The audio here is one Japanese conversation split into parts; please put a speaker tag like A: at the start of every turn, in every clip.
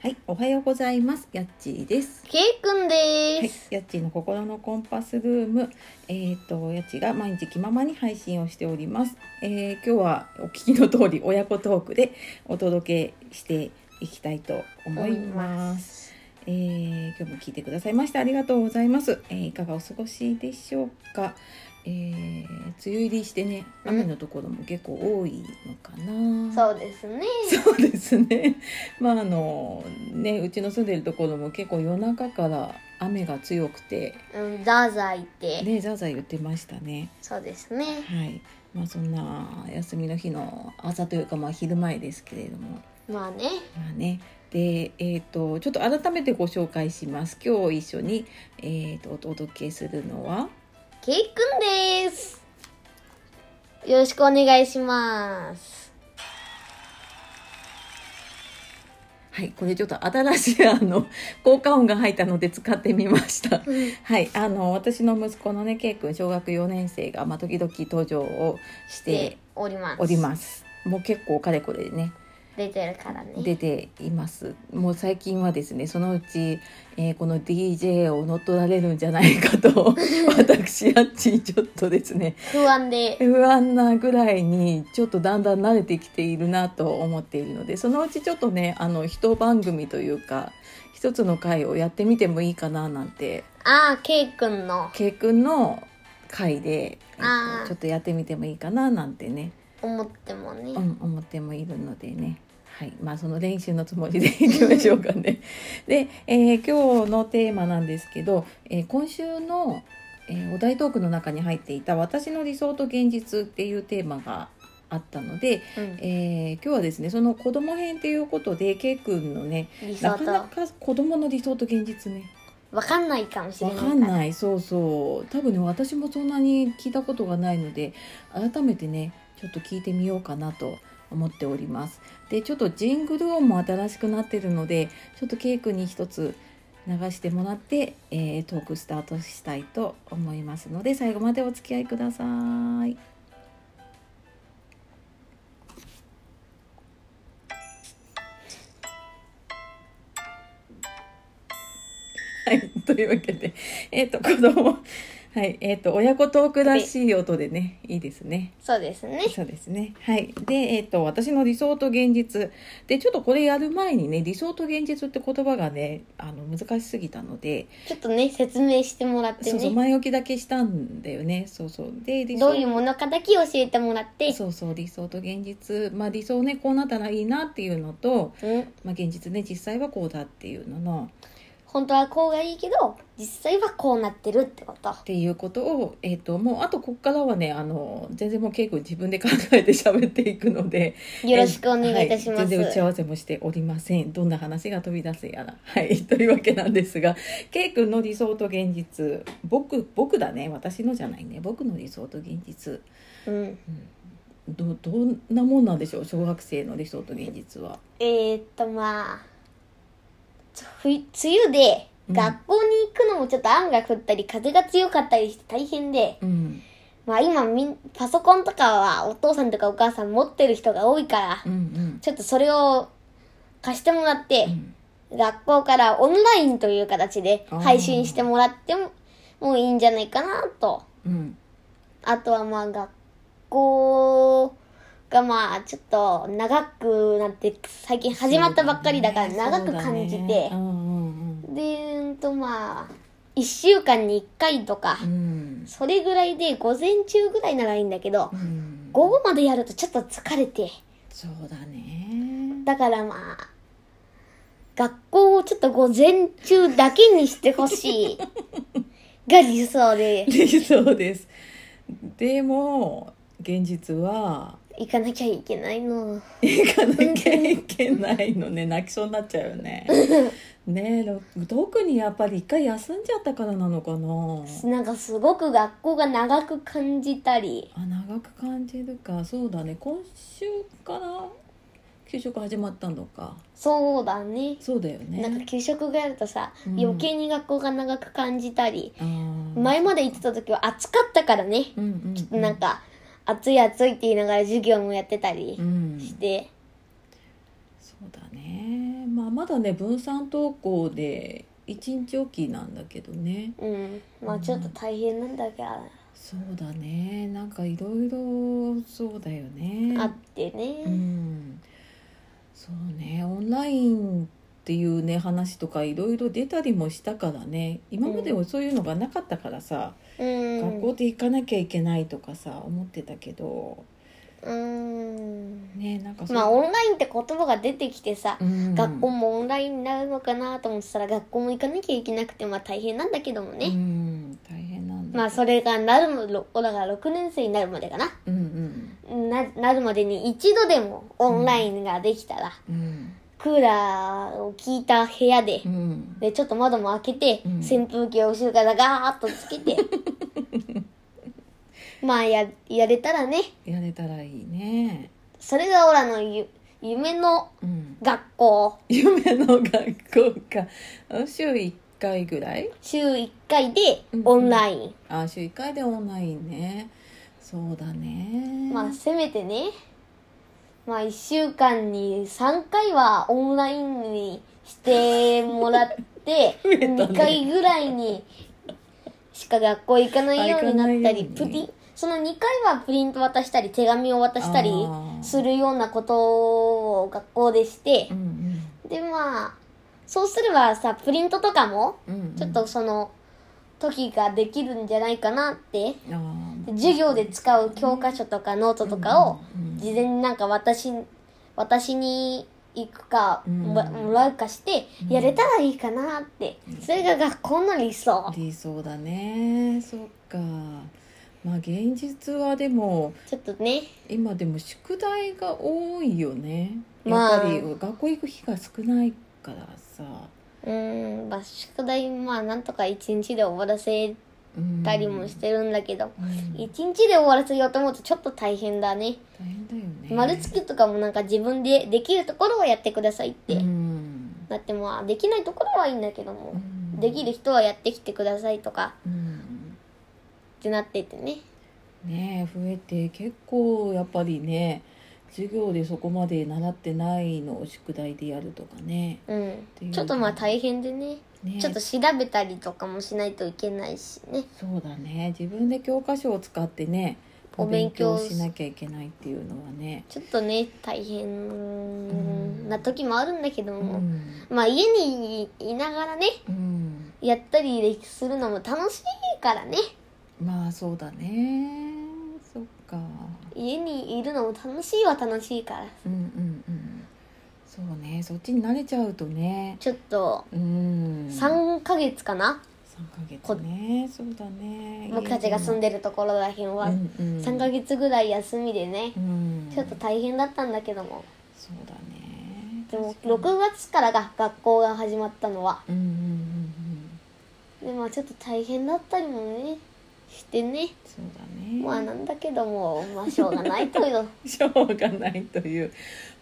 A: はい、おはようございます。やっちーです。
B: ケイくんで
A: はい
B: す。、
A: やっちーの心のコンパスルーム、えっ、とやっちーが毎日気ままに配信をしております。えー今日はお聞きの通り親子トークでお届けしていきたいと思います。
B: す。
A: えー今日も聞いてくださいましてありがとうございます。えーいかがお過ごしでしょうか。えー梅雨入りしてね、雨のところも結構多いのかな。
B: そうですね。
A: そうですね。 まああのねうちの住んでるところも結構夜中から雨が強くて
B: うん、ザーザーいて、
A: ねザーザー言ってましたね。
B: そうですね。
A: はい。まあそんな休みの日の朝というかまあ昼前ですけれども
B: まあね。
A: まあね。でえー、とちょっと改めてご紹介します今日一緒に、えー、とお届けするのは
B: ケイくんです。よろしくお願いします。
A: はいこれちょっと新しいあの 効果音が入ったので使ってみました。はい、あの私の息子のね、けいくん小学4年生がまあ時々登場をして
B: で、おります。
A: おります。もう結構かれこれね
B: 出てるからね。
A: 出ています。もう最近はですね、そのうち、えーこの DJ を乗っ取られるんじゃないかと 私あっちにちょっとですね、
B: 不安で。
A: 不安なぐらいにちょっとだんだん慣れてきているなと思っているのでそのうちちょっとねあの一番組というか一つの回をやってみてもいいかななんて
B: ああ、ケイくんの
A: K 君の回で、えっと
B: あー
A: ちょっとやってみてもいいかななんてね、
B: 思ってもね。
A: うん、思ってもいるのでね。はい、まあその練習のつもりで いきましょうかね。で、えー今日のテーマなんですけど、えー今週の、えーお題トークの中に入っていた「私の理想と現実」っていうテーマがあったので、
B: うん
A: えー今日はですねその子供編っていうことで K 君のね
B: 理想
A: なかな
B: と
A: か子供の理想と現実ね
B: わかんないかもしれ
A: わ
B: ない
A: かんないそうそう多分ね私もそんなに聞いたことがないので改めてねちょっと聞いてみようかなと思っておりますでちょっとジングル音も新しくなってるのでちょっとケイ君に一つ流してもらって、えートークスタートしたいと思いますので最後までお付き合いください はい、というわけで、えっ、と、子供、はい、えっ、と、親子トークらしい音でね、いいですね。
B: そうですね。
A: そうですね。はい。で、えっ、と、私の理想と現実。で、ちょっとこれやる前にね、理想と現実って言葉がね、あの、難しすぎたので、
B: ちょっとね、説明してもらって
A: そうそう、
B: ね。
A: 前置きだけしたんだよね。そうそう。で、理
B: どういうものかだけ教えてもらって。
A: そうそう、理想と現実。まあ、理想ね、こうなったらいいなっていうのと、
B: うん。
A: まあ、現実ね、実際はこうだっていうのの、
B: 本当はこうがいいけど、実際はこうなってるってこと。
A: っていうことを、えー、ともうあとここからはねあの全然もう結構自分で考えて喋っていくので
B: よろしくお願いいたします。
A: はい全然打ち合わせもしておりませんどんな話が飛び出すやらはい というわけなんですが K 君の理想と現実僕僕だね私のじゃないね僕の理想と現実
B: うん、
A: どどんなもんなんでしょう小学生の理想と現実は。
B: えー、っとまあつふい梅雨で
A: うん
B: 学校に行くのもちょっと雨が降ったり風が強かったりして大変で、
A: うん
B: まあ今みんパソコンとかはお父さんとかお母さん持ってる人が多いから、
A: うんうん
B: ちょっとそれを貸してもらって
A: う、ん
B: 学校からオンラインという形で
A: あー
B: 配信してもらってももういいんじゃないかなと
A: うん
B: あとはまあ学校がまあちょっと長くなって最近始まったばっかりだから
A: そうだね
B: 長く感じて、
A: そうだねうんうん
B: でうんとまあ1週間に1回とか、
A: うん
B: それぐらいで午前中ぐらいならいいんだけど、
A: うん
B: 午後までやるとちょっと疲れて
A: そうだね
B: だからまあ学校をちょっと午前中だけにしてほしいが理想で
A: 理想ですでも現実は
B: 行かなきゃいけないの
A: 行かなきゃいけないのね泣きそうになっちゃうよ ねねえろ特にやっぱり一回休んじゃったからなのかな
B: なんかすごく学校が長く感じたり
A: あ長く感じるかそうだね今週から給食始まったのか
B: そうだね
A: そうだよ
B: なんか
A: ね
B: 給食があるとさ、
A: うん
B: 余計に学校が長く感じたり
A: あー
B: 前まで行ってた時は暑かったからね、
A: うんうんうん
B: なんか暑い暑いって言いながら授業もやってた
A: う
B: り
A: ん
B: して、
A: そうだねまあまあ、まだね分散登校で1日おきなんだけどね
B: うんまあちょっと大変なんだけど、
A: そうだねなんかいろいろそうだよね
B: あってね、
A: うんそうねオンラインっていうね話とかいろいろ出たりもしたからね今まではそういうのがなかったからさ、
B: うん、
A: 学校で行かなきゃいけないとかさ思ってたけど
B: うん
A: ねなんかそう
B: まあオンラインって言葉が出てきてさ、
A: うん
B: 学校もオンラインになるのかなと思ってたら学校も行かなきゃいけなくてまあ大変なんだけども
A: う
B: ね、
A: ん大変なんだ
B: まあそれがなるもおだから6年生になるまでかな
A: うん
B: ななるまでに一度でもオンラインができたら、
A: うんうん
B: クーラーを効いた部屋で、
A: うん
B: でちょっと窓も開けて、
A: うん
B: 扇風機を後ろからガーッとつけ てまあややれたらね
A: やれたらいいね
B: それがオラのゆ夢の
A: うん
B: 学校
A: 夢の学校かあ週一回ぐらい
B: 週1回で
A: うん
B: オンライン、
A: あ週一回でオンラインねそうだね
B: まあせめてねまあ1週間に3回はオンラインにしてもらって
A: 増えたね
B: 2回ぐらいにしか学校行かないようになったり
A: あ行か
B: プ
A: ないように
B: リンその2回はプリント渡したり手紙を渡したり
A: あー
B: するようなことを学校でして
A: うんうん
B: でまあそうすればさプリントとかも
A: うんうん
B: ちょっとその時ができるんじゃないかなって
A: あー
B: 授業で使う教科書とかノートとかを
A: うん
B: 事前になんか私私に行くか
A: うん
B: もらもらうかしてやれたらいいかなってそれが学校の理想
A: 理想だねそっかまあ現実はでも
B: ちょっとね
A: 今でも宿題が多いよね
B: まあ
A: やっぱり学校行く日が少ないからさ
B: うんまあ宿題まあなんとか一日で終わらせ
A: うん
B: たりもしてるんだけど
A: うん
B: 一日で終わらせようと思うとちょっと大変だね
A: 大変だよね
B: 丸つきとかもなんか自分でできるところはやってくださいって
A: うん
B: だってまあできないところはいいんだけど
A: う
B: も
A: ん
B: できる人はやってきてくださいとか
A: うん
B: ってなっててね
A: ねえ増えて結構やっぱりね授業でそこまで習ってないのを宿題でやるとかねて
B: う、
A: いうんの
B: ちょっとまあ大変でね
A: ねえ
B: ちょっと調べたりとかもしないといけないしね
A: そうだね自分で教科書を使ってね
B: お
A: お
B: 勉
A: 勉
B: 強
A: 強しなきゃいけないっていうのはね、
B: ちょっとね大変な時もあるんだけど
A: う
B: も、
A: ん
B: まあ家にいながらね
A: うん、
B: やったりするのも楽しいからね
A: まあそうだねそっか
B: 家にいるのも楽しいは楽しいから
A: うんうんうんそうねそっちに慣れちゃうとね
B: ちょっと
A: うん
B: 3ヶ月かな、
A: 三ヶ月ねそうだね
B: 僕たちが住ん
A: で
B: でるところらへんは、
A: うんうん、
B: 3ヶ月ぐらい休みでね
A: う、ん
B: ちょっと大変だったんだけども
A: そうだね
B: でも
A: 確かに
B: 6月からが学校が始まったのは
A: うんうんうんうん
B: でまあちょっと大変だったりもねしてね
A: そうだね
B: まあなんだけどもまあしょうがないという
A: しょうがないという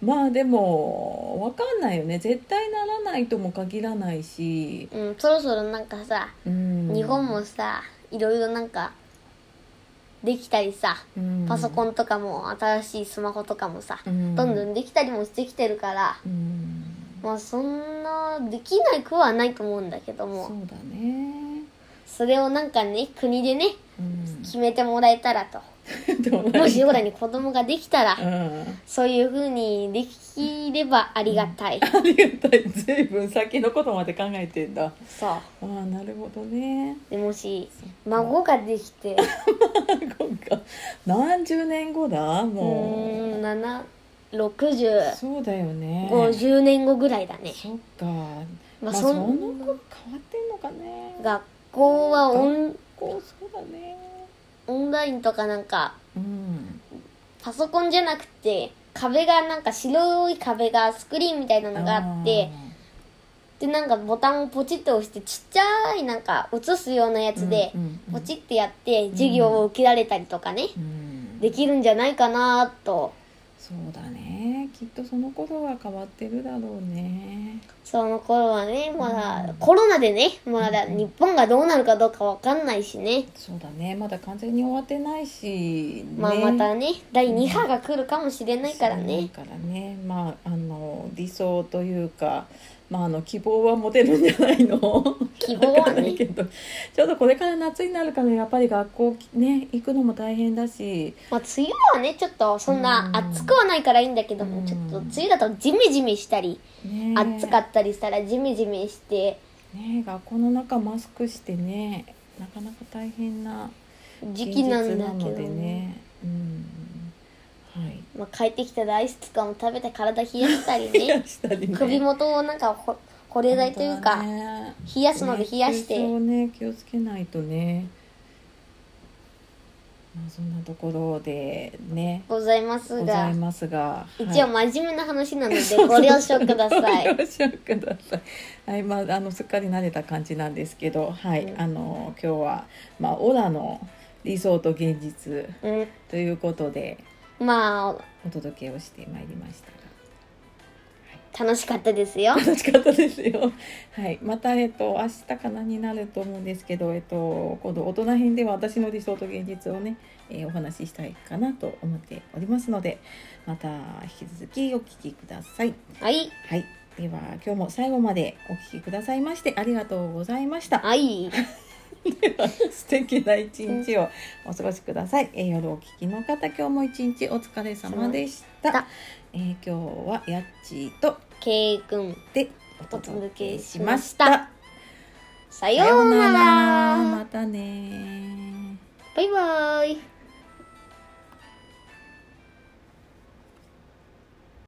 A: まあでもわかんないよね絶対ならないとも限らないし、
B: うんそろそろなんかさ
A: うん、
B: 日本もさいろいろなんかできたりさ
A: うん
B: パソコンとかも新しいスマホとかもさ
A: う
B: ど
A: ん
B: んどんできたりもしてきてるから
A: うん
B: まあそんなできないくはないと思うんだけど
A: そ
B: も
A: うだね、
B: それをなんかね国でね
A: うん、
B: 決めてもらえた らと
A: どうなる
B: もし将来に子供ができたら
A: うん
B: そういうふうにできればありがたい、
A: ありがたい随分先のことまで考えてんだ
B: そう
A: ああなるほどね
B: でもし孫ができて
A: なんか何十年後だ
B: う
A: も
B: ーん
A: う
B: 76050
A: そうだよね
B: 年後ぐらいだね、
A: そっかま
B: まあ、
A: あ
B: そ
A: そ
B: ん
A: の子変わってんのかね
B: 学校はオン
A: こうそうだね
B: オンラインとかなんか
A: うん
B: パソコンじゃなくて壁がなんか白い壁がスクリーンみたいなのがあってでなんかボタンをポチッと押してちっちゃいなんか映すようなや
A: あー
B: つで
A: うんうんうん
B: ポチッてやって授業を受けられたりとかね
A: うん
B: できるんじゃないかなと
A: そうだねきっとその頃は変わってるだろうね
B: その頃はねまだコロナでねまだ日本がどうなるかどうかわかんないしね
A: そうだねまだ完全に終わってないし、ね、
B: まあまたね第2波が来るかもしれないから
A: そう
B: ね
A: だからねまああの理想というか、まあ、あの希望は持てるんじゃないの
B: 希望はね
A: わかんないけどちょっとこれから夏になるからやっぱり学校ね行くのも大変だし
B: まあ、梅雨はねちょっとそんな
A: うん
B: 暑くはないからいいんだけども、
A: うん
B: ちょっと梅雨だとジメジメしたり、
A: ね
B: 暑かったりしたらジメジメして
A: ね学校の中マスクしてねなかなか大変な
B: 時期なんだ
A: 現実
B: けど、
A: のでね、うんはい、
B: まあ、帰ってきたらアイスとかも食べて体冷やしたり
A: 冷
B: ね
A: やした りね
B: 首元をなんかほ保冷剤という
A: 本
B: か、
A: 当はね
B: 冷やすので冷やし
A: 熱中
B: て、
A: 症ね気をつけないとね、まあ、そんなところでね
B: ございます
A: ご
B: が
A: ざいますが
B: 一応
A: はい
B: 真面目な話なのでご了承ください。
A: ご了承ください。はい、まあ、あの、すっかり慣れた感じなんですけど、はい、
B: うん
A: あの、今日は、まあ、オラの理想と現実
B: うん、
A: ということで、
B: ま
A: お届けをしてまいりましたが。
B: あ楽しかったですよ。
A: 楽しかったですよ。はい、またえっと明日かなになると思うんですけど、えっと今度大人編では私の理想と現実をね、えーお話ししたいかなと思っておりますので、また引き続きお聞きください。
B: はい
A: はい、では今日も最後までお聞きくださいましてありがとうございました。
B: はい
A: では 素敵な一日をお過ごしください。えー夜お聞きの方、今日も一日お疲れ様でした。えー今日はやっちーと
B: ケイ君
A: でお
B: お
A: 届
B: 届
A: け
B: け
A: し
B: し
A: ま
B: ま
A: し
B: したた。さようなら
A: またねー
B: バイバイ